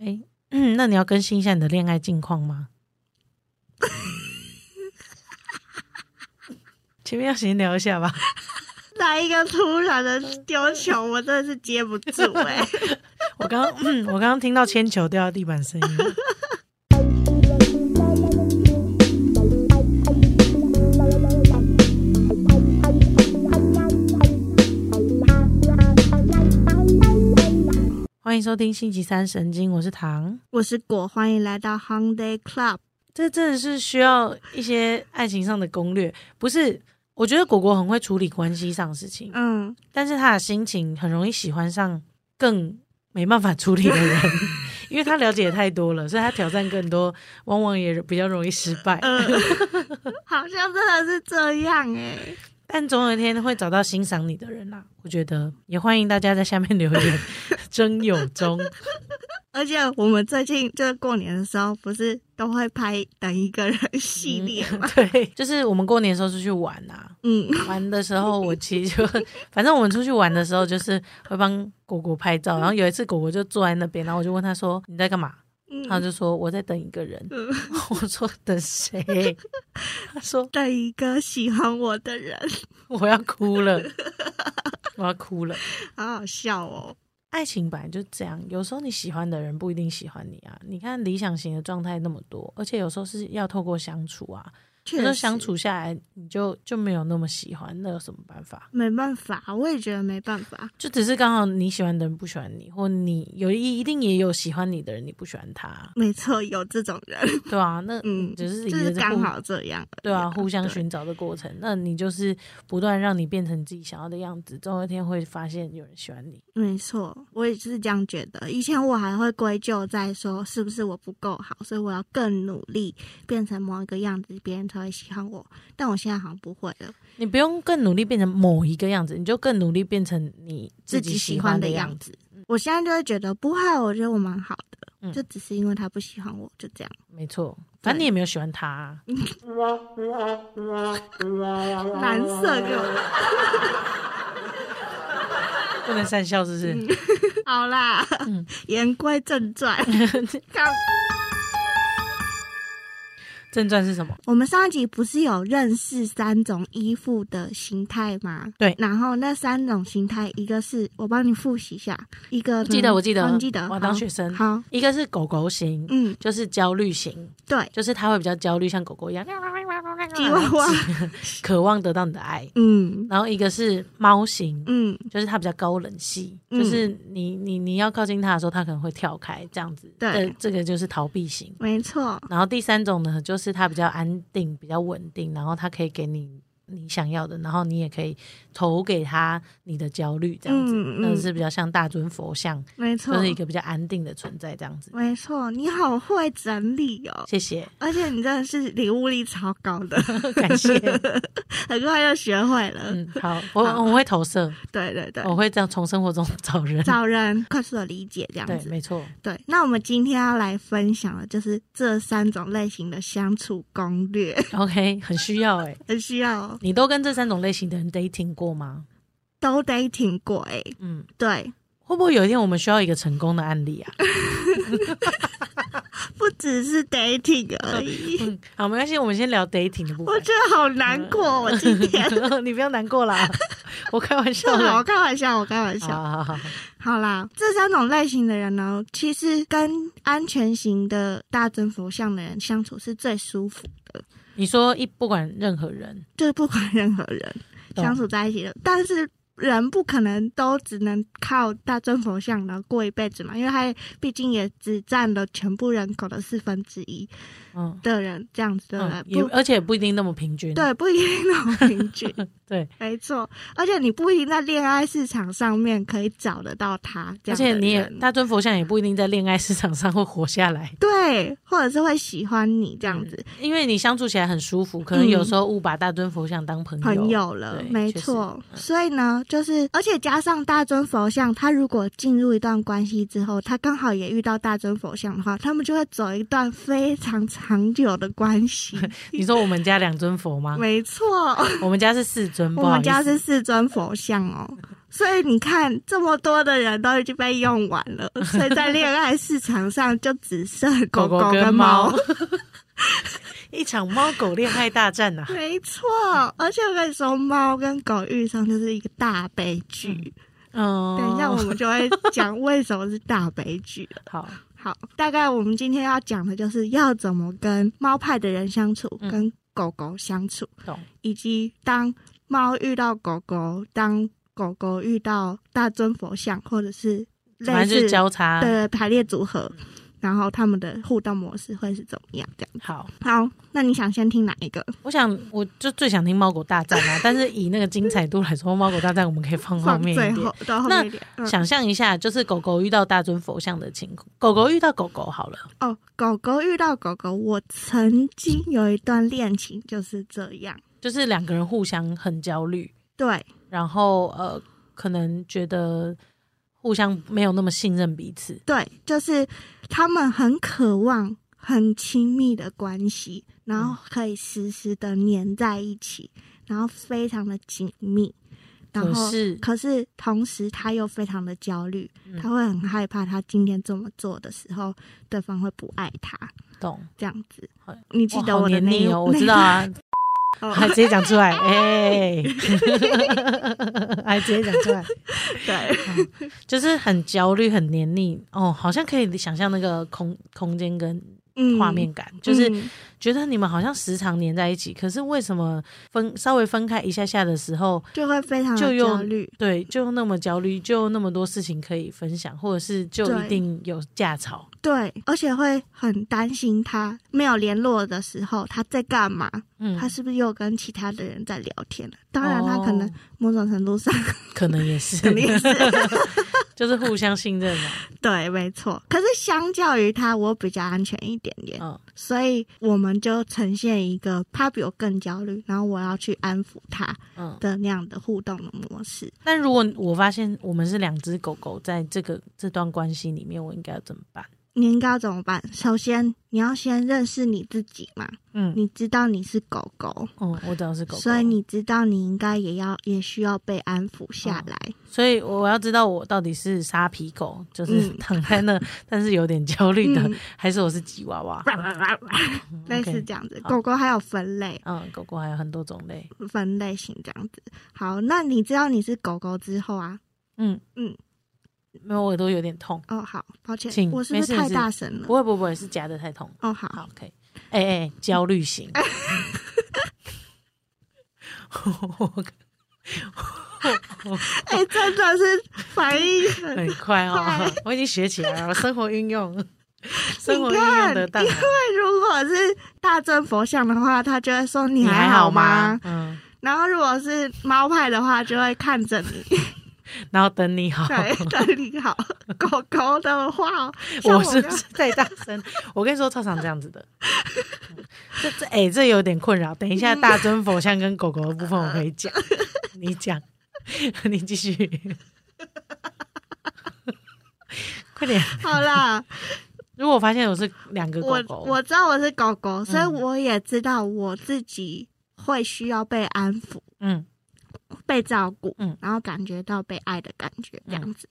哎、嗯那你要更新一下你的恋爱近况吗？ 前面要闲聊一下吧。来一个突然的丢球，我真的是接不住哎、我刚、嗯、我刚刚听到铅球掉到地板声音。欢迎收听星期三神经，我是唐。 我是果，欢迎来到 Hyundai Club。这真的是需要一些爱情上的攻略，不是？我觉得果果很会处理关系上的事情，嗯，但是他的心情很容易喜欢上更没办法处理的 人，因为他了解太多了，所以他挑战更多，往往也比较容易失败。嗯好像真的是这样哎、但总有一天会找到欣赏你的人啦、我觉得也欢迎大家在下面留言 征友中。而且我们最近就是过年的时候，不是都会拍等一啊个人系列吗？ 对，就是我们过年的时候出去玩啊，嗯，玩的时候我其实就， 反正我们出去玩的时候就是会帮果果拍照。然后有一次果果就坐在那边，然后我就问他说：“你在干嘛？”嗯他就说：“我在等一个人。嗯 我说：“等谁？” 他说等一个喜欢我的人，：“我要哭了， 我要哭了。”好好笑哦。爱情本来就这样，有时候你喜欢的人不一定喜欢你啊。你看理想型的状态那么多，而且有时候是要透过相处啊，有确时候实相处下来你就就没有那么喜欢，那有什么办法？没办法，我也觉得没办法。就只是刚好你喜欢的人不喜欢你，或你有一一定也有喜欢你的人，你不喜欢他，没错，有这种人，对啊，那嗯，只是一就个是刚互好这样而已啊。对啊，互相对寻找的过程，那你就是不断让你变成自己想要的样子，总有一天会发现有人喜欢你。没错，我也是这样觉得。以前我还会归咎在说是不是我不够好，所以我要更努力变成某一个样子，别人才会喜欢我。但我现在好像不会了，你不用更努力变成某一个样子，你就更努力变成你自己己喜喜欢欢的的样样子。子。我现在就会觉得不会，啊我觉得我蛮好的，嗯就只是因为他不喜欢我，就这样。没错，反正你也没有喜欢他啊、嗯蓝色给我，不能善笑，是不是？嗯好啦。嗯言归正传， 看正传是什么？我们上一集不是有认识三种依附的形态吗？对然后那三种形态，一个是我帮你复习一下，一个呢记得我记得哦你记得，我当好学生好，一个是狗狗型，嗯，就是焦虑型，对，就是他会比较焦虑，像狗狗一样，吉娃娃，渴望得到你的爱。嗯然后一个是猫型，嗯，就是它比较高冷系，嗯就是你你你要靠近它的时候，它可能会跳开这样子。对这这个就是逃避型。没错，然后第三种呢，就是它比较安定、比较稳定，然后它可以给你你想要的，然后你也可以投给他你的焦虑，这样子，嗯嗯嗯那是比较像大尊佛像，没就错，是一个比较安定的存在，这样子。没错，你好会整理哦，谢谢， 而且你真的是领悟力超高的，感谢。很快就学会了。嗯，哦好，我我会投射，对对对，我会这样从生活中 找人。找人快速的理解这样对，子。没错，对，那我们今天要来分享的就是这三种类型的相处攻略， OK，很需要 哎、很需要哦你都跟这三种类型的人 dating 过吗？都 dating 过哎、嗯，对，会不会有一天我们需要一个成功的案例啊？不只是 dating 而已， 嗯，好，没关系，我们先聊 dating 的部分我。觉得好难过，我今天 你不要难过啦， 我开玩笑 正好，我的。开玩笑，我开玩笑。 好好好，好啦，这三种类型的人呢，其实跟安全型的大尊佛像的人相处是最舒服的，你说一不管任何人，就是不管任何人懂相处在一起的，但是。人不可能都只能靠大尊佛像然后过一辈子嘛，因为他毕竟也只占了全部人口的四分之一嗯的人，这样子的人嗯，也不而且不一定那么平均。对，不一定那么平均， 对，没错。而且你不一定在恋爱市场上面可以找得到他，这而样的且你也人啊大尊佛像也不一定在恋爱市场上会活下来。对，或者是会喜欢你这样子、因为你相处起来很舒服，可能嗯有时候误把大尊佛像当朋友。朋友了，对没确实错。嗯所以呢，就是而且加上大尊佛像，他如果进入一段关系之后，他刚好也遇到大尊佛像的话，他们就会走一段非常长久的关 系。你说我们家两尊佛吗？没错，我们家是四尊，不我好们意思家是四尊佛像哦，所以你看，这么多的人都已经被用完了，所以在恋爱市场上就只剩狗 狗跟跟 猫。一场猫狗恋爱大战呐、啊！没错，而且我跟你说，猫跟狗遇上就是一个大悲剧。嗯，等一下我们就会讲为什么是大悲剧了。好，好，大概我们今天要讲的就是要怎么跟猫派的人相处，嗯跟狗狗相处，懂。以及当猫遇到狗狗，当狗狗遇到大尊佛像，或者是类反正就似是嗯交叉。的排列组合，然后他们的互动模式会是怎么样？这样好，好，那你想先听哪一个？我想我就最想听猫狗大战啊，但是以那个精彩度来说，猫狗大战我们可以放后放面一最点。后到后面一点。嗯想象一下，就是狗狗遇到大尊佛像的情况，狗狗遇到狗狗好了，哦，狗狗遇到狗狗，我曾经有一段恋情就是这样。就是两个人互相很焦虑，对，然后呃，可能觉得互相没有那么信任彼此，对，就是他们很渴望很亲密的关系，然后可以时时的黏在一起，然后非常的紧密。然可后，是可是同时他又非常的焦虑，嗯他会很害怕，他今天这么做的时候，对方会不爱他懂？这样子好。你记哇得好我的黏那一腻哦，我知道，啊， 那一还段直接讲出来， 哎， 还直接讲出来，哦对，就是很焦虑、很黏腻哦，好像可以想象那个空空间跟嗯画面感，就是嗯觉得你们好像时常黏在一起，可是为什么分稍微分开一下下的时候，就会非常就的用焦虑。对，就那么焦虑，就那么多事情可以分享，或者是就对一定有架吵，对，而且会很担心他没有联络的时候他在干嘛，嗯他是不是又跟其他的人在聊天了？当然，他哦可能某种程度上 可能也是，肯定也是 就是互相信任 嘛，对，没错。可是相较于他，我比较安全一点点，嗯，所以我们就呈现一个他比我更焦虑，然后我要去安抚他嗯，的那样的互动的模式。但如果我发现我们是两只狗狗，在这个这段关系里面，我应该要怎么办？你应该要怎么办？首先，你要先认识你自己嘛，嗯，你知道你是狗狗，嗯，我只要是狗狗，所以你知道你应该也要也需要被安抚下来。所以我要知道我到底是沙皮狗，就是嗯躺在那，但是有点焦虑的，嗯还是我是吉娃娃？类似嗯 OK 这样子。好狗狗还有分类，嗯，狗狗还有很多种类。分类型这样子。好，那你知道你是狗狗之后啊？嗯嗯，没有，我耳朵有点痛。哦，好，抱歉请，我是不没事是太大声不了？会，不会，不会，是夹的太痛。哦，好，好，可以。哎、哎、焦虑 型。 哎、真的是反应 很，很快哦，我已经学起来了，生活运 用，生活运用啊的大脑，对，如果是大正佛像的话，他就会说你还好好吗？？嗯，然后如果是猫派的话，就会看着你，然后等你哦好。 对，对你好。狗狗的话，像我我是不刚是 太大声？我跟你说，超常这样子的。这这哎、这有点困扰。等一嗯下，大尊佛像跟狗狗的部分我可以 讲，你讲， 你继续， 快点。好啦，如果我发现我是两个狗我狗，嗯我知道我是狗狗，所以我也知道我自己会需要被安抚、嗯被照顾，嗯然后感觉到被爱的感觉这样子。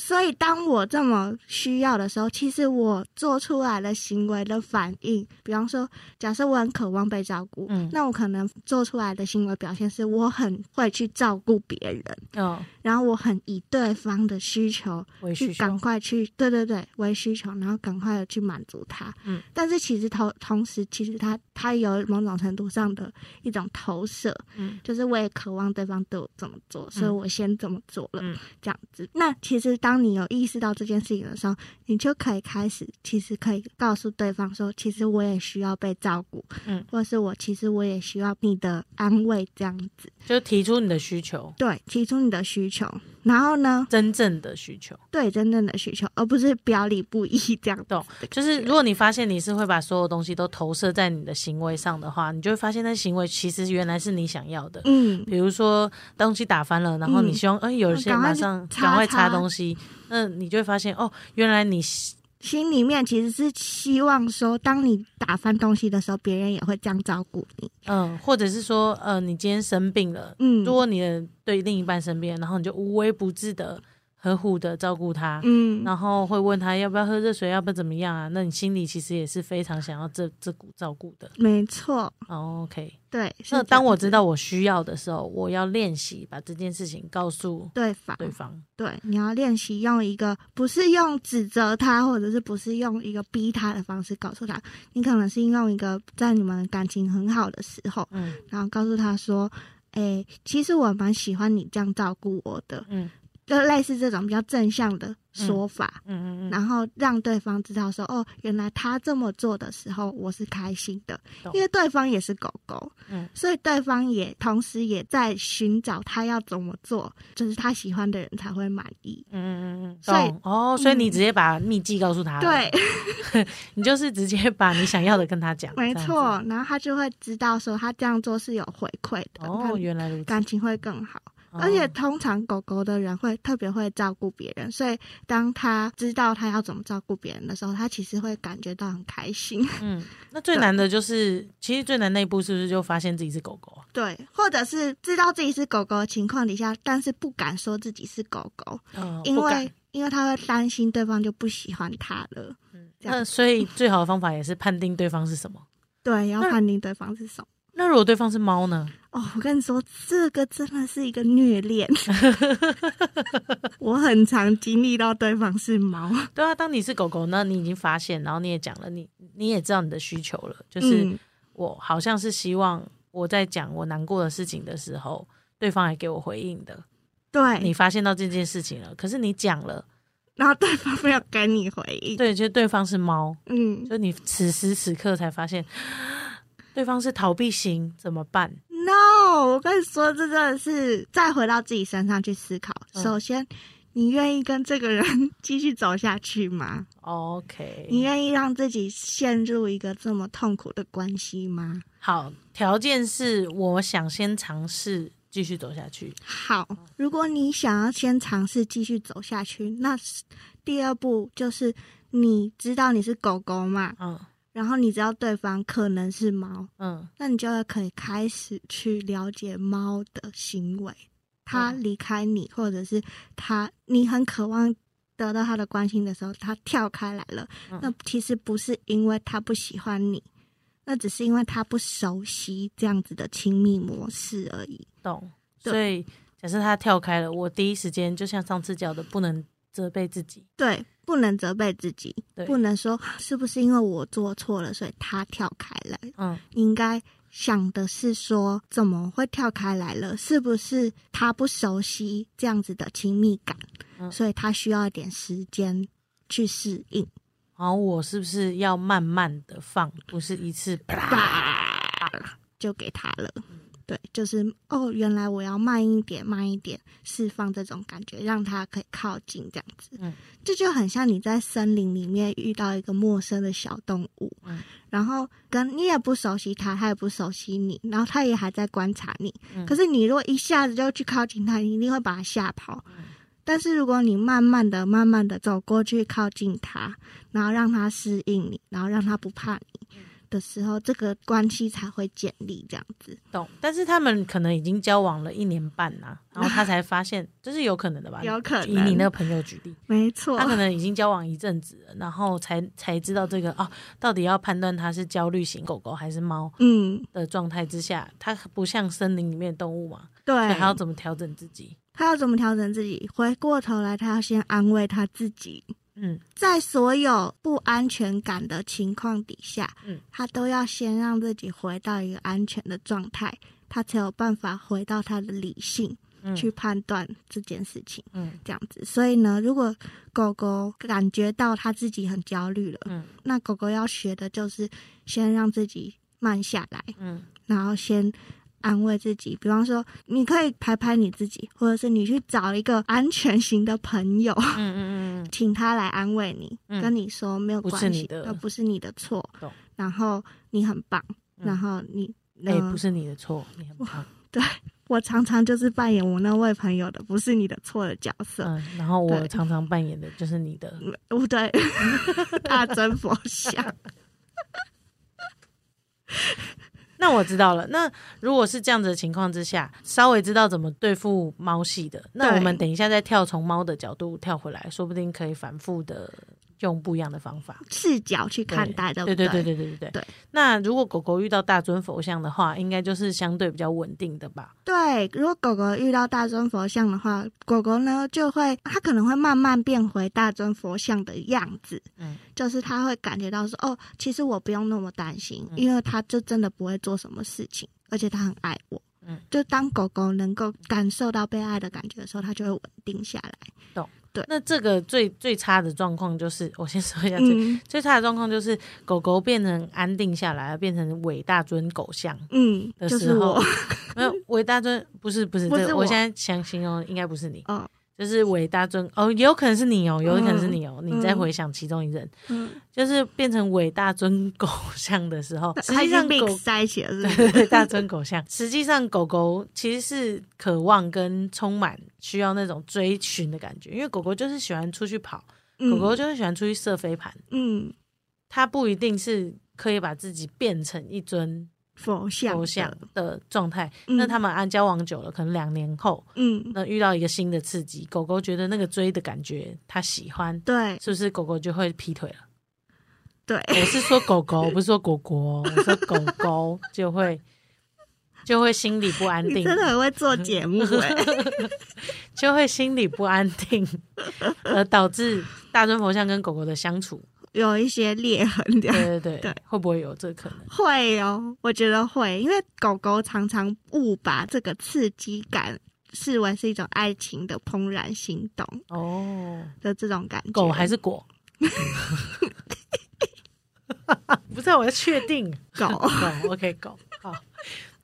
所以当我这么需要的时候，其实我做出来的行为的反应，比方说，假设我很渴望被照顾，嗯那我可能做出来的行为表现是我很会去照顾别人，嗯，然后我很以对方的需求我也去需嗯赶求，快去，对对对，为需求，然后赶快的去满足他。嗯，但是其实同同时，其实他他有某种程度上的一种投射，嗯就是我也渴望对方对我这么做，所以我先这么做了，嗯这样子。那其实当你有意识到这件事情的时候，你就可以开始，其实可以告诉对方说，其实我也需要被照顾，嗯，或是我其实我也需要你的安慰，这样子。就提出你的需求，对，提出你的需求，然后呢，真正的需求。对真正的需求，而不是表里不一这样懂子的就是如果你发现你是会把所有东西都投射在你的行为上的话，你就会发现那行为其实原来是你想要的。嗯，比如说东西打翻了，然后你希望，哎、有些赶快马去上擦赶快擦擦东西，那你就会发现，哦，原来你心里面其实是希望说，当你打翻东西的时候，别人也会这样照顾你。嗯，或者是说，呃，你今天生病了，嗯如果你的对啊另一半生病了，然后你就无微不至的、呵护的照顾他，嗯，然后会问他要不要喝热水，要不要怎么样啊？那你心里其实也是非常想要这这股照顾的。没错，哦 OK，对。是那当我知这样子道我需要的时候，我要练习把这件事情告诉对方，对方。对，你要练习用一个不是用指责他，或者是不是用一个逼他的方式告诉他，你可能是用一个在你们感情很好的时候，嗯然后告诉他说：“哎、其实我蛮喜欢你这样照顾我的。嗯”就类似这种比较正向的说法，嗯嗯嗯，然后让对方知道说：“哦，原来他这么做的时候，我是开心的。”懂因为对方也是狗狗，嗯所以对方也同时也在寻找他要怎么做，就是他喜欢的人才会满意。嗯嗯嗯嗯，所以懂哦，所以你嗯直接把秘籍告诉他了，对， 你就是直接把你想要的跟他讲，没这样子错。然后他就会知道说他这样做是有回馈的，哦，原来如此。他感情会更好。哦而且通常狗狗的人会特别会照顾别人，所以当他知道他要怎么照顾别人的时候，他其实会感觉到很开心。嗯，那最难的就是，其实最难那一步是不是就发现自己是狗狗啊？对，或者是知道自己是狗狗的情况底下，但是不敢说自己是狗狗，嗯，因不敢为因为他会担心对方就不喜欢他了。这样那所以最好的方法也是判定对方是什么。对，要那判定对方是什么。那如果对方是猫呢？哦，我跟你说，这个真的是一个虐 恋。我很常经历到对方是猫，对啊，当你是狗狗，那你已经发现，然后你也讲了，你你也知道你的需求了，就就是我好像是希望我在讲我难过的事情的时候，对方也给我回应的。你对，发现到这件事情了，可是你讲了，然后对方没有给你回应，对，就对方是猫，嗯，就你此时此刻才发现啊对方是逃避型，怎么办？ No，我跟你说，这真的是再回到自己身上去思考。嗯首先，你愿意跟这个人 继续走下去吗？ OK，你愿意让自己陷入一个这么痛苦的关系吗？好，条件是我想先尝试继续走下去。好，如果你想要先尝试继续走下去，那是第二步就是你知道你是狗狗嘛，嗯然后你知道对方可能是猫，嗯那你就要可以开始去了解猫的行为，它嗯离开你，或者是它你很渴望得到它的关心的时候，它跳开来了，嗯那其实不是因为它不喜欢你，那只是因为它不熟悉这样子的亲密模式而已。懂。对所以假设他跳开了，我第一时间就像上次教的，不能责备自己。对，不能责备自己，对，不能说啊是不是因为我做错了，所以它跳开来。嗯你应该想的是说，怎么会跳开来了？是不是他不熟悉这样子的亲密感，嗯所以他需要一点时间去适应？然后我是不是要慢慢的放，不是一次啪 就给他了。对，就是哦，原来我要慢一点，慢一点，释放这种感觉，让他可以靠近这样子。嗯，这就很像你在森林里面遇到一个陌生的小动物，嗯然后跟你也不熟悉它，它也不熟悉你，然后它也还在观察你。嗯可是你如果一下子就去靠近它，你一定会把它吓跑。嗯但是如果你慢慢的、慢慢的走过去靠近它，然后让它适应你，然后让它不怕你的时候，这个关系才会建立这样子。懂？但是他们可能已经交往了一年半呐、然后他才发现，这是有可能的吧？有可能以你那个朋友举例，没错他，可能已经交往一阵子了，然后才才知道这个啊，到底要判断它是焦虑型狗狗还是猫嗯，的状态之下，它不像森林里面的动物嘛，所对以，它要怎么嗯调整自己？他要怎么调整自己？回过头来，他要先安慰他自己，嗯，在所有不安全感的情况底下，嗯他都要先让自己回到一个安全的状态，他才有办法回到他的理性、嗯去判断这件事情。嗯这样子，所以呢，如果狗狗感觉到它自己很焦虑了，嗯那狗狗要学的就是先让自己慢下来，嗯然后先安慰自己。比方说，你可以拍拍你自己，或者是你去找一个安全型的朋友，嗯 嗯嗯请他来安慰你，嗯跟你说没有不是关你系，的都不是你的错懂，然后你很棒，嗯然后你。嗯，哎、呃不是你的错，你很胖。对，我常常就是扮演我那位朋友的不是你的错的角色，嗯，然后我对常常扮演的就是你的，不 对，大真佛像。那我知道了。那如果是这样子的情况之下，稍微知道怎么对付猫系的，那对我们等一下再跳从猫的角度跳回来，说不定可以反复的用不一样的方法视角去看待，对对不对对对对对对对。那如果狗狗遇到大尊佛像的话，应该就是相对比较稳定的吧？对如果狗狗遇到大尊佛像的话，狗狗呢就会，它可能会慢慢变回大尊佛像的样子，嗯就是它会感觉到说，哦，其实我不用那么担心，嗯因为它就真的不会做什么事情，而且它很爱我。嗯，就当狗狗能够感受到被爱的感觉的时候，它就会稳定下来。那这个最最差的状况就是，我先说一下最、嗯最差的状况就是狗狗变成安定下来，变成伟大尊狗像。嗯，的就时是候我，， 没有伟大尊不是不是，不是这个我我现在想形容应该不是你，哦，就是伟大尊哦，也有可能是你哦，有可能是你哦，嗯你再回想其中一人，嗯，就是变成伟大尊狗像的时候， 实它已际经上 mix 狗在一起了，是不是？对对大尊狗像，实际上狗狗其实是渴望跟充满需要那种追寻的感觉，因为狗狗就是喜欢出去跑，嗯狗狗，就是喜欢出去射飞盘，嗯，它不一定是可以把自己变成一尊佛像，狗像，的状态。嗯那他们按交往久了，可能两年后，嗯，那遇到一个新的刺激，狗狗觉得那个追的感觉它喜欢，对是不是狗狗就会劈腿了？对，我是说狗狗，我不是说果果，我说狗狗就会就会心理不安你定，真的很会做 节目哎、就会心理不安定，而导致大尊佛像跟狗狗的相处，有一些裂痕对的。对对，对会不会有这可能？会哦，我觉得会，因为狗狗常常误把这个刺激感视为是一种爱情的怦然心动哦，的这种感觉。狗还是是果？ 不是，我要确定。 狗？狗，OK，狗。哦好，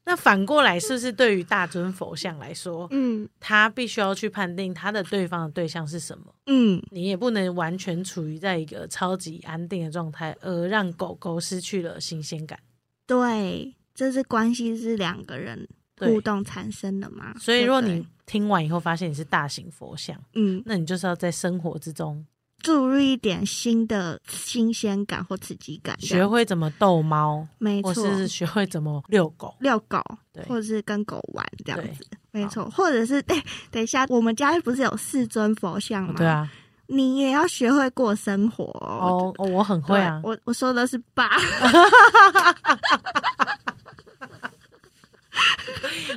那反过来是不是对于大尊佛像来说，嗯他必须要去判定他的对方的对象是什么？嗯，你也不能完全处于在一个超级安定的状态，而让狗狗失去了新鲜感。对，这是关系是两个人对互，动产生的嘛。所以如果对你听完以后发现你是大型佛像，嗯那你就是要在生活之中注入一点新的新鲜感或刺激感，这学样会怎么逗猫，没或错，是学会怎么遛狗。遛狗对，或者是跟狗玩这样对子，没错。或者是对，等一下，我们家不是有四尊佛像哦吗？对，啊，你也要学会过生活哦哦。哦，我很对会啊，我我说的是爸，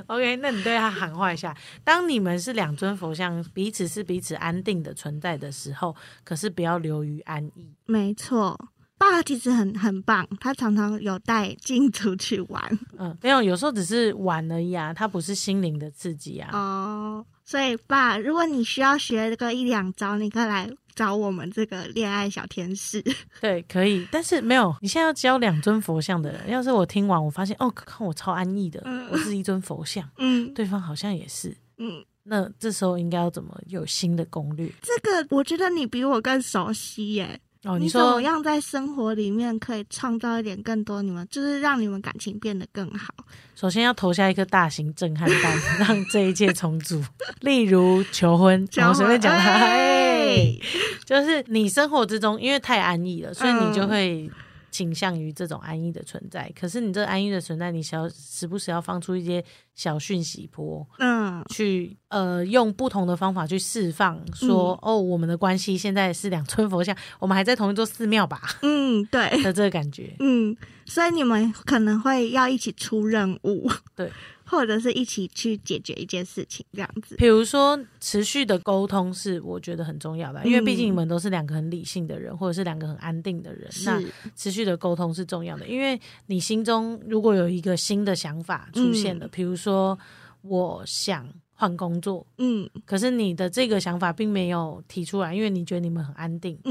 OK，那你对他喊话一下。当你们是两尊佛像，彼此是彼此安定的存在的时候，可是不要流于安逸。没错。爸其实很很棒，他常常有带进出去玩嗯，没有，有时候只是玩而已啊，它不是心灵的刺激啊。哦。所以爸，如果你需要学个一两招，你可以来找我们这个恋爱小天使。对，可以，但是没有。你现在要教两尊佛像的人，要是我听完，我发现哦，看我超安逸的，嗯我是一尊佛像，嗯对方好像也是。 嗯，那这时候应该要怎么有新的攻略？这个我觉得你比我更熟悉耶。哦，你怎说么样在生活里面可以创造一点更多你们，就是让你们感情变得更好？首先要投下一颗大型震撼弹， 让这一切重组。 例如求婚，我哦随便讲啦。哎哎， 就是你生活之中，因为太安逸了，所以你就嗯会倾向于这种安逸的存在。可是你这安逸的存在，你小时不时要放出一些小讯息波，嗯，去呃用不同的方法去释放，说、哦，我们的关系现在是两尊佛像，我们还在同一座寺庙吧嗯，对，的这个感觉。嗯，所以你们可能会要一起出任务，对，或者是一起去解决一件事情，这样子。比如说，持续的沟通是我觉得很重要的，啊因为嗯毕竟你们都是两个很理性的人，或者是两个很安定的人，那是，持续的沟通是重要的，因为你心中如果有一个新的想法出现了，比如说我想换工作，嗯可是你的这个想法并没有提出来，因为你觉得你们很安定，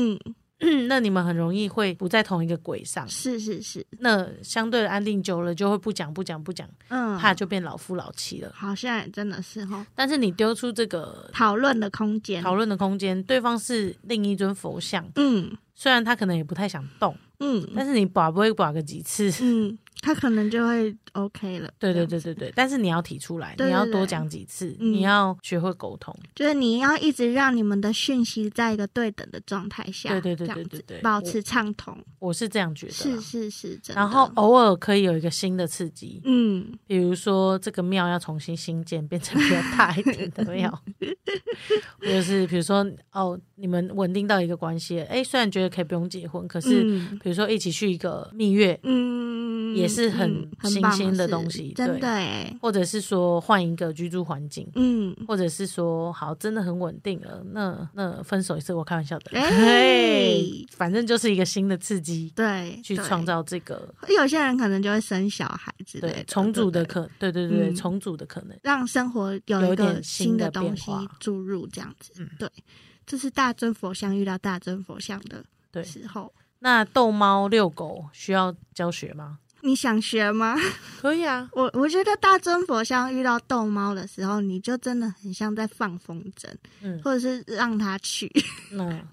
嗯，那你们很容易会不在同一个轨上。是是是，那相对的安定久了，就会不讲不讲不讲，嗯，怕就变老夫老妻了。好像也真的是哦，但是你丢出这个讨论的空间，讨论的空间，对方是另一尊佛像，嗯虽然他可能也不太想动，嗯 但是你把不会把个几次，嗯，他可能就会 OK 了。对对对这样子对，对，但是你要提出来，对你要对多对讲几次，嗯你要学会沟通。就是你要一直让你们的讯息在一个对等的状态下，对对对这样对子对对保持畅通，我是这样觉得是啦。是是，真的然后偶尔可以有一个新的刺激，嗯，比如说这个庙要重新新建，变成比较大一点 的庙，或者是比如说哦，你们稳定到一个关系了，哎，虽然觉得可以不用结婚，可是嗯比如说一起去一个蜜月，嗯，也是很嗯新棒鲜的事东西真对的哎，或者是说换一个居住环境，嗯，或者是说好真的很稳定了，那那分手也是我开玩笑的，哎嘿反正就是一个新的刺激，对，去对创。造这个有些人可能就会生小孩之类对的，重组的对不对可，对对对对，嗯重组的可能。让生活有有一一个点新的的东变西化嗯注入，这样子。对，这是大尊佛像遇到大尊佛像的对时候，那逗猫遛狗需要教学吗？你想学吗？ 可以啊，我我觉得大尊佛像遇到逗猫的时候，你就真的很像在放风筝，嗯，或者是让它去，那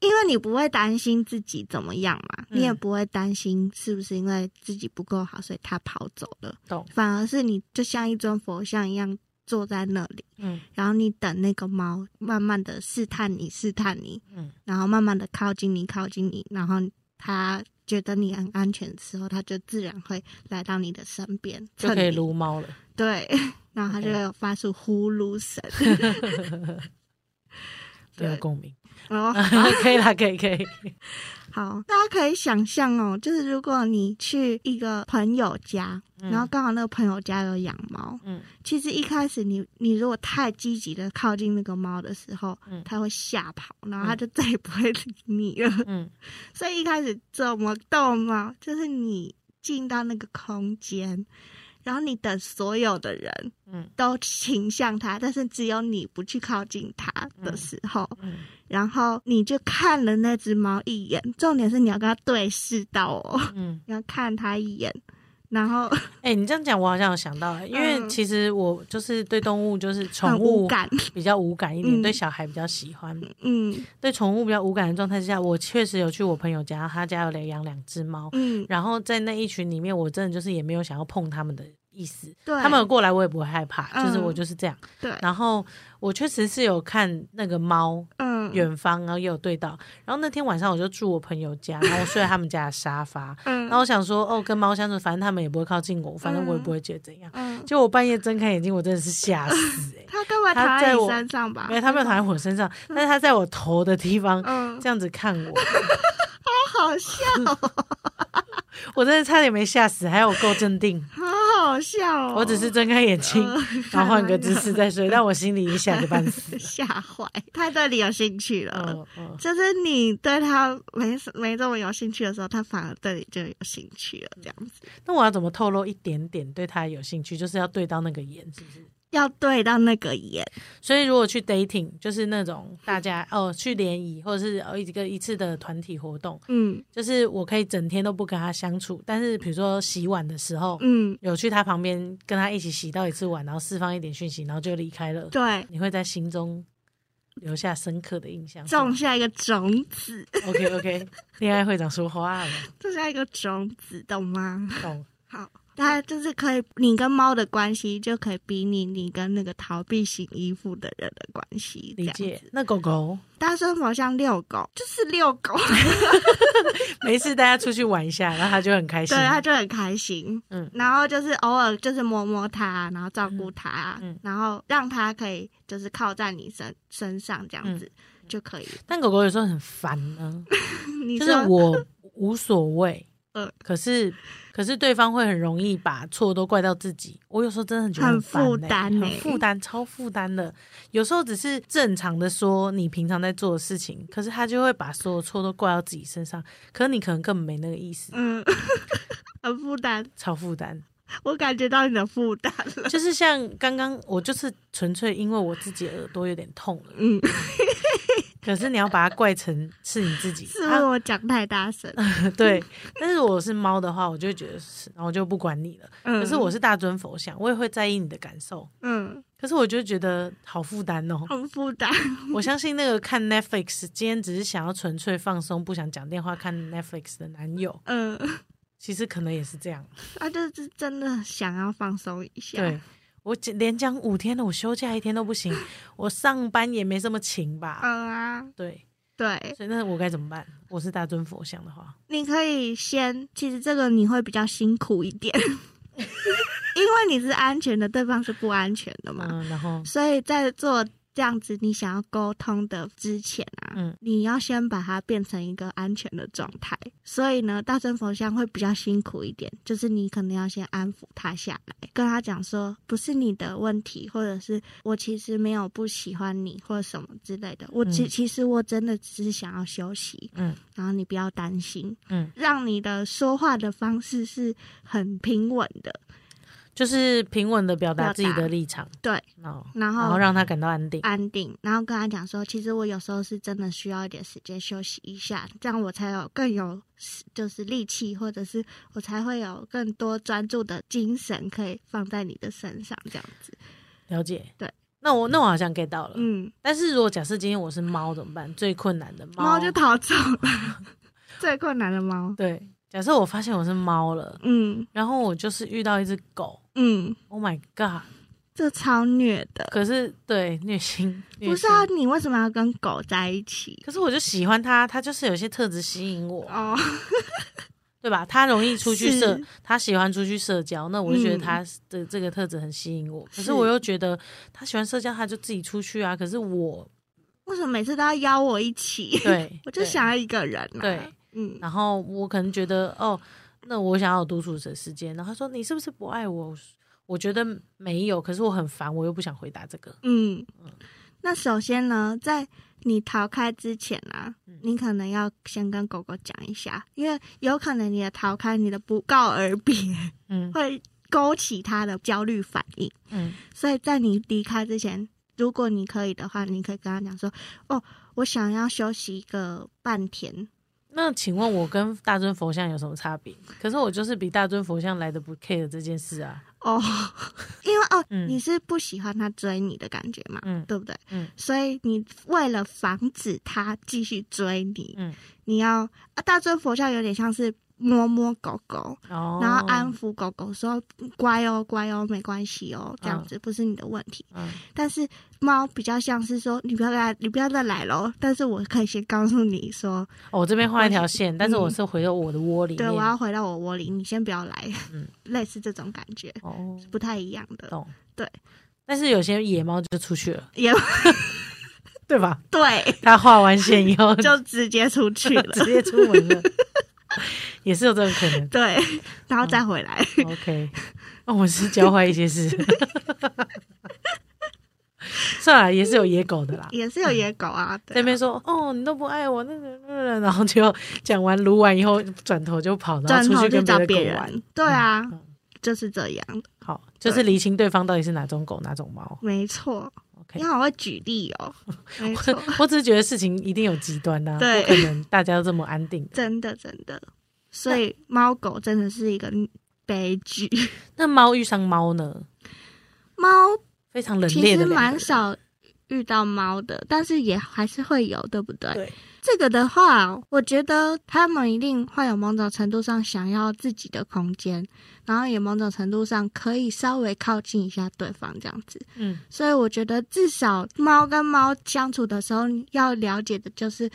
因为你不会担心自己怎么样嘛，嗯你也不会担心是不是因为自己不够好，所以它跑走了，懂，反而是你就像一尊佛像一样坐在那里。嗯然后你等那个猫慢慢的试探你，试探你，嗯，然后慢慢的靠近你，靠近你，然后它觉得你很安全的时候，它就自然会来到你的身边，就可以蹭你撸猫了。对，然后它就 OK 会有发出呼噜 声，没有对共鸣，然后啊 可以啦，可以可以，好，大家可以想象哦，就是如果你去一个朋友家，嗯然后刚好那个朋友家有养猫，嗯，其实一开始你你如果太积极的靠近那个猫的时候，嗯它会吓跑，然后它就再也不会理你了。 嗯，所以一开始怎么逗猫，就是你进到那个空间，然后你等所有的人嗯都倾向它，但是只有你不去靠近它的时候，嗯，然后你就看了那只猫一眼，重点是你要跟它对视到哦，嗯，你要看它一眼，然后哎、你这样讲，我好像有想到、啊因为嗯其实我就是对动物，就是宠很无物感，比较无感一点，嗯对小孩比较喜欢，嗯对宠物比较无感的状态之下，我确实有去我朋友家，他家有两养两只猫，嗯，然后在那一群里面，我真的就是也没有想要碰他们的意思，对，他们有过来我也不会害怕，就是嗯我就是这样。对，然后我确实是有看那个猫嗯远方，然后也有对到。然后那天晚上我就住我朋友 家，然后我睡在他们家的沙发。嗯然后我想说，哦，跟猫相处，反正他们也不会靠近我，反正我也不会觉得怎样。嗯，就我半夜睁开眼睛，我真的是吓死哎、它干嘛它躺在在你我身上吧？没有，它没有躺在我身上，但是它在我头的地方嗯，这样子看我，好笑，我真的差点没吓死，还有我够镇定。好好笑哦！。我只是睁开眼睛，然后换个姿势再睡，但我心里已经吓得半死吓坏，他对你有兴趣了。嗯嗯，就是你对他没没这么有兴趣的时候，他反而对你就有兴趣了，这样子那我要怎么透露一点点对他有兴趣？就是要对到那个眼，是不是？要对到那个眼，所以如果去 dating，就是那种大家哦去联谊，或者是哦一个一次的团体活动，嗯就是我可以整天都不跟他相处，但是比如说洗碗的时候，嗯，有去他旁边跟他一起洗到一次碗，然后释放一点讯息，然后就离开了，对，你会在心中留下深刻的印象。 种下一个种子， OK OK，恋爱会长说话了，种下一个种子，懂吗？懂。好，大家就是可以，你跟猫的关系就可以比拟你跟那个逃避型依附的人的关系，理这样解子。。那狗狗大家生活像遛狗，就是遛狗，没事，大家出去玩一下，然后它就很开心 对，。它就很开心。嗯然后就是偶尔就是摸摸它，然后照顾它，嗯嗯然后让它可以就是靠在你身身上这样子、就可以。 但狗狗有时候很烦呢，你嗯就是说我无所谓， 嗯可是可是对方会很容易把错都怪到自己。我有时候真的很觉得很烦欸负担欸很负担，超负担的。有时候只是正常的说你平常在做的事情，可是他就会把所有错都怪到自己身上，可是你可能根本没那个意思，嗯， 很负担，超负 担。我感觉到你的负担了。就是像刚刚我就是纯粹因为我自己耳朵有点痛 了。嗯，可是你要把它怪成是你自己，是哦不是我讲太大声？啊 对。但是我是猫的话，我就会觉得是，然后我就不管你了。嗯，可是我是大尊佛像，我也会在意你的感受。嗯，。可是我就觉得好负担哦 很负担。我相信那个看 Netflix，今天只是想要纯粹放松，不想讲电话看 Netflix 的男友，嗯，其实可能也是这样。啊，就是真的想要放松一下。对，我只连讲五天了，我休假一天都不行，我上班也没这么勤吧？嗯啊，对，对，所以那我该怎么办？我是大尊佛像的话，你可以先，其实这个你会比较辛苦一点， 因为你是安全的，对方是不安全的嘛，嗯，然后所以在做。这样子，你想要沟通的之前啊，嗯你要先把它变成一个安全的状态。所以呢，大乘佛像会比较辛苦一点，就是你可能要先安抚他下来，跟他讲说不是你的问题，或者是我其实没有不喜欢你或者什么之类的，我其、嗯其实我真的只是想要休息，嗯然后你不要担心，嗯，让你的说话的方式是很平稳的，就是平稳的表达表达自己的立场，对，哦，然然后啊后让他感到安定。安定，然后跟他讲说，其实我有时候是真的需要一点时间休息一下，这样我才有更有就是力气，或者是我才会有更多专注的精神可以放在你的身上，这样子，了解，对。那我那我好像 get 到了，嗯，但是如果假设今天我是猫怎么办？最困难的猫就逃走了， 最困难的猫，对。假设我发现我是猫了，嗯然后我就是遇到一只狗嗯， ，Oh my god！这超虐的，可是对虐心，虐不是心啊，你为什么要跟狗在一起？可是我就喜欢它，它就是有些特质吸引我，哦，对吧？它容易出去是社，它喜欢出去社交，那我就觉得嗯它的这个特质很吸引我。可是是我又觉得它喜欢社交，它就自己出去啊。可是我为什么每次都要邀我一起？，对我就对想要一个人、啊。对，嗯，然后我可能觉得哦，那我想要有独处的时间。然后他说你是不是不爱我？我觉得没有，可是我很烦，我又不想回答这个。嗯，那首先呢，在你逃开之前啊，你可能要先跟狗狗讲一下，因为有可能你的逃开，你的不告而别， 嗯会勾起它的焦虑反应。嗯所以在你离开之前，如果你可以的话，你可以跟他讲说：“哦，我想要休息一个半天。那请问我跟大尊佛像有什么差别？可是我就是比大尊佛像来的不 care 这件事啊。”哦， 因为哦，嗯你是不喜欢它追你的感觉嘛？嗯对不对？嗯所以你为了防止他继续追你，嗯你要啊，大尊佛教有点像是摸摸狗狗，哦，然后安抚狗狗说乖哦，乖哦，没关系哦，这样子、不是你的问题。嗯但是猫比较像是说你不要再你不要再来喽，但是我可以先告诉你说，哦，我这边画一条线，但是我是回到我的窝里嗯对面。我要回到我窝里，你先不要来，嗯 类似这种感觉哦，不太一样的，懂对。但是有些野猫就出去了， 也对吧？ 对，它画完线以后就直接出去直 了，接出门 了，也是有这种可能。对，然后再回来。 OK，那、哦我是教坏一些事。 算了，也是有野狗的啦。也是有野狗啊，对啊在那边说哦，你都不爱我，那个那个，然后就讲完撸完以后，转头就跑，然转后出头去就跟找别别的狗玩。人，对啊，嗯就是这样，好，就是厘清对方到底是哪种狗，哪种猫。没错。 OK 你好会举例哦，没错， 我只是觉得事情一定有极端呐、对不可能大家都这么安定。真的真的。所以猫狗真的是一个悲剧，那猫遇上猫呢？猫非常冷其冽实的两个人，蛮少遇到猫的，但是也还是会有，对不对？对这个的话，我觉得他们一定会有某种程度上想要自己的空间，然后也某种程度上可以稍微靠近一下对方这样子。嗯所以我觉得至少猫跟猫相处的时候，你要了解的就是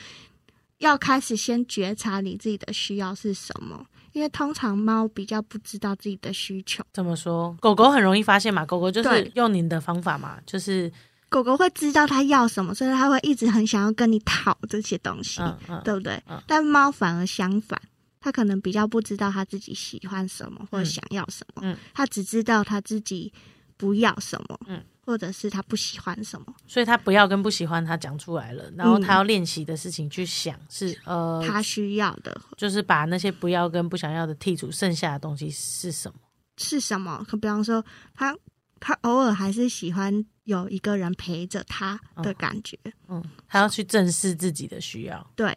要开始先觉察你自己的需要是什么，因为通常猫比较不知道自己的需求，怎么说？狗狗很容易发现嘛，狗狗就是对用你的方法嘛，就是狗狗会知道它要什么，所以它会一直很想要跟你讨这些东西，嗯嗯，对不对？嗯但猫反而相反。它可能比较不知道它自己喜欢什么或者嗯想要什么，嗯它只知道它自己不要什么，嗯或者是它不喜欢什么，所以他不要跟不喜欢他讲出来了，然后他要练习的事情去想是、嗯呃，它需要的就是把那些不要跟不想要的剔除，剩下的东西是什么？是什么？可比方说，他他偶尔还是喜欢有一个人陪着他的感觉，嗯，他要去正视自己的需要。对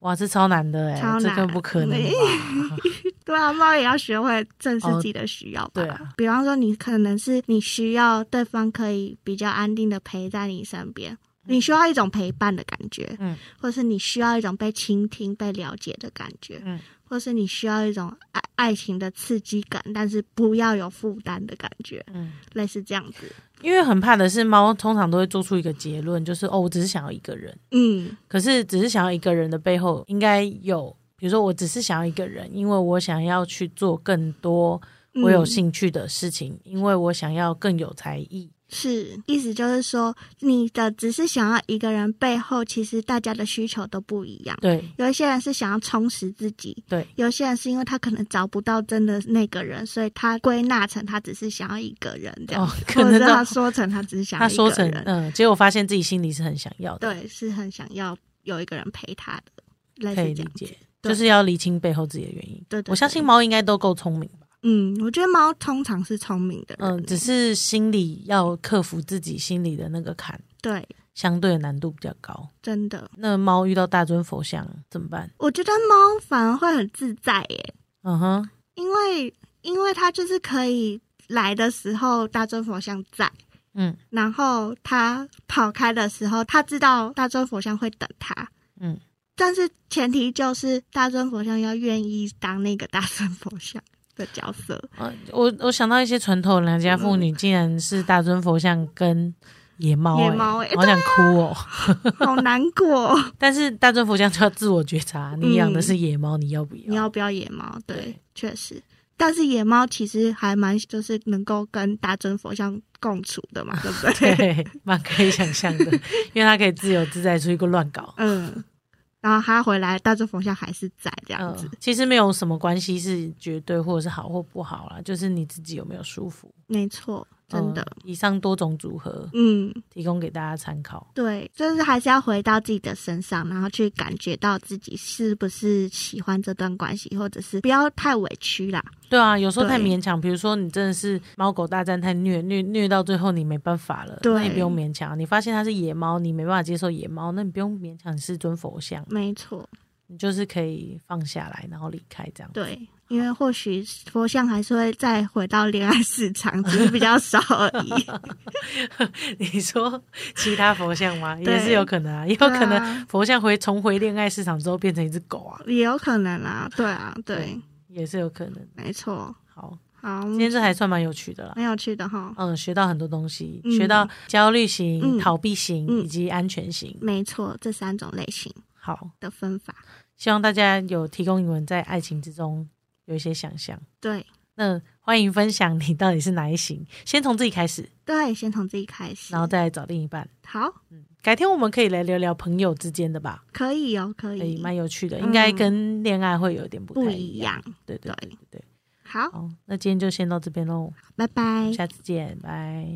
哇，这超难的哎、超难这更不可能吧？对啊，猫也要学会正视自己的需要吧。哦对啊比方说，你可能是你需要对方可以比较安定的陪在你身边，你需要一种陪伴的感觉，嗯或是你需要一种被倾听、被了解的感觉，嗯或是你需要一种爱爱情的刺激感，但是不要有负担的感觉，嗯，类似这样子。 因为很怕的是猫通常都会做出一个结论，就是哦，我只是想要一个人。嗯可是只是想要一个人的背后，应该有，比如说我只是想要一个人，因为我想要去做更多嗯我有兴趣的事情，因为我想要更有才艺。是，意思就是说，你的只是想要一个人背后，其实大家的需求都不一样。对有一些人是想要充实自己，对，有些人是因为他可能找不到真的那个人，所以他归纳成他只是想要一个人这样，哦， 可或能者是到他说成他只是想要他一说个成人，嗯，结果发现自己心里是很想要的，对，是很想要有一个人陪他的，类可以理似这样。解，对就是要理清背后自己的原因。对对对我相信猫应该都够聪明吧，嗯，我觉得猫通常是聪明的人，欸嗯，只是心里要克服自己心里的那个坎，对，相对的难度比较高。真的，那猫遇到大尊佛像怎么办？我觉得猫反而会很自在欸耶，嗯哼，因为因为它就是可以来的时候大尊佛像在，嗯然后它跑开的时候，它知道大尊佛像会等它，嗯，但是前提就是大尊佛像要愿意当那个大尊佛像的角色， 呃，我我想到一些传统良家妇女，竟然是大尊佛像跟野猫、欸，野猫欸好想哭哦、 好难过哦。但是大尊佛像就要自我觉察，你养的是野猫，你要不要？嗯你要不要野猫？对对，确实。但是野猫其实还蛮就是能够跟大尊佛像共处的嘛，对不对？对， 蛮可以想象的，因为它可以自由自在出去乱搞。嗯。然后它回来，大尊佛像还是在这样嗯子。，其实没有什么关系是绝对或者是好或不好啦，就是你自己有没有舒服。没错，真的。嗯以上多种组合嗯，提供给大家参考。对，就是还是要回到自己的身上，然后去感觉到自己是不是喜欢这段关系，或者是不要太委屈啦。对啊，有时候对太勉强，比如说你真的是猫狗大战太虐虐虐到最后你没办法了，对那也不用勉强。你发现它是野猫，你没办法接受野猫，那你不用勉强，你是尊佛像，没错，你就是可以放下来，然后离开这样。对，因为或许佛像还是会再回到恋爱市场，只是比较少而 已。 你说其他佛像吗？对也是有可能啊，也有可对能啊佛像回重回恋爱市场之后变成一只狗啊，也有可能啊，对啊，对，也是有可能。没错。好，好，今天这还算蛮有趣的啦。蛮有趣的哈，嗯，学到很多东西，嗯学到焦虑型、嗯逃避型、嗯以及安全型。没错，这三种类型好，的分法，希望大家有提供你们在爱情之中有一些想象。对那欢迎分享你到底是哪一型，先从自己开始，对，先从自己开始然，后再来找另一半。好，改天我们可以来聊聊朋友之间的吧，可以哦，可可以以，蛮有趣的，嗯应该跟恋爱会有点不不太一样。样，对对对对对。好，好，那今天哎就先到这边喽，拜拜。下次见，拜。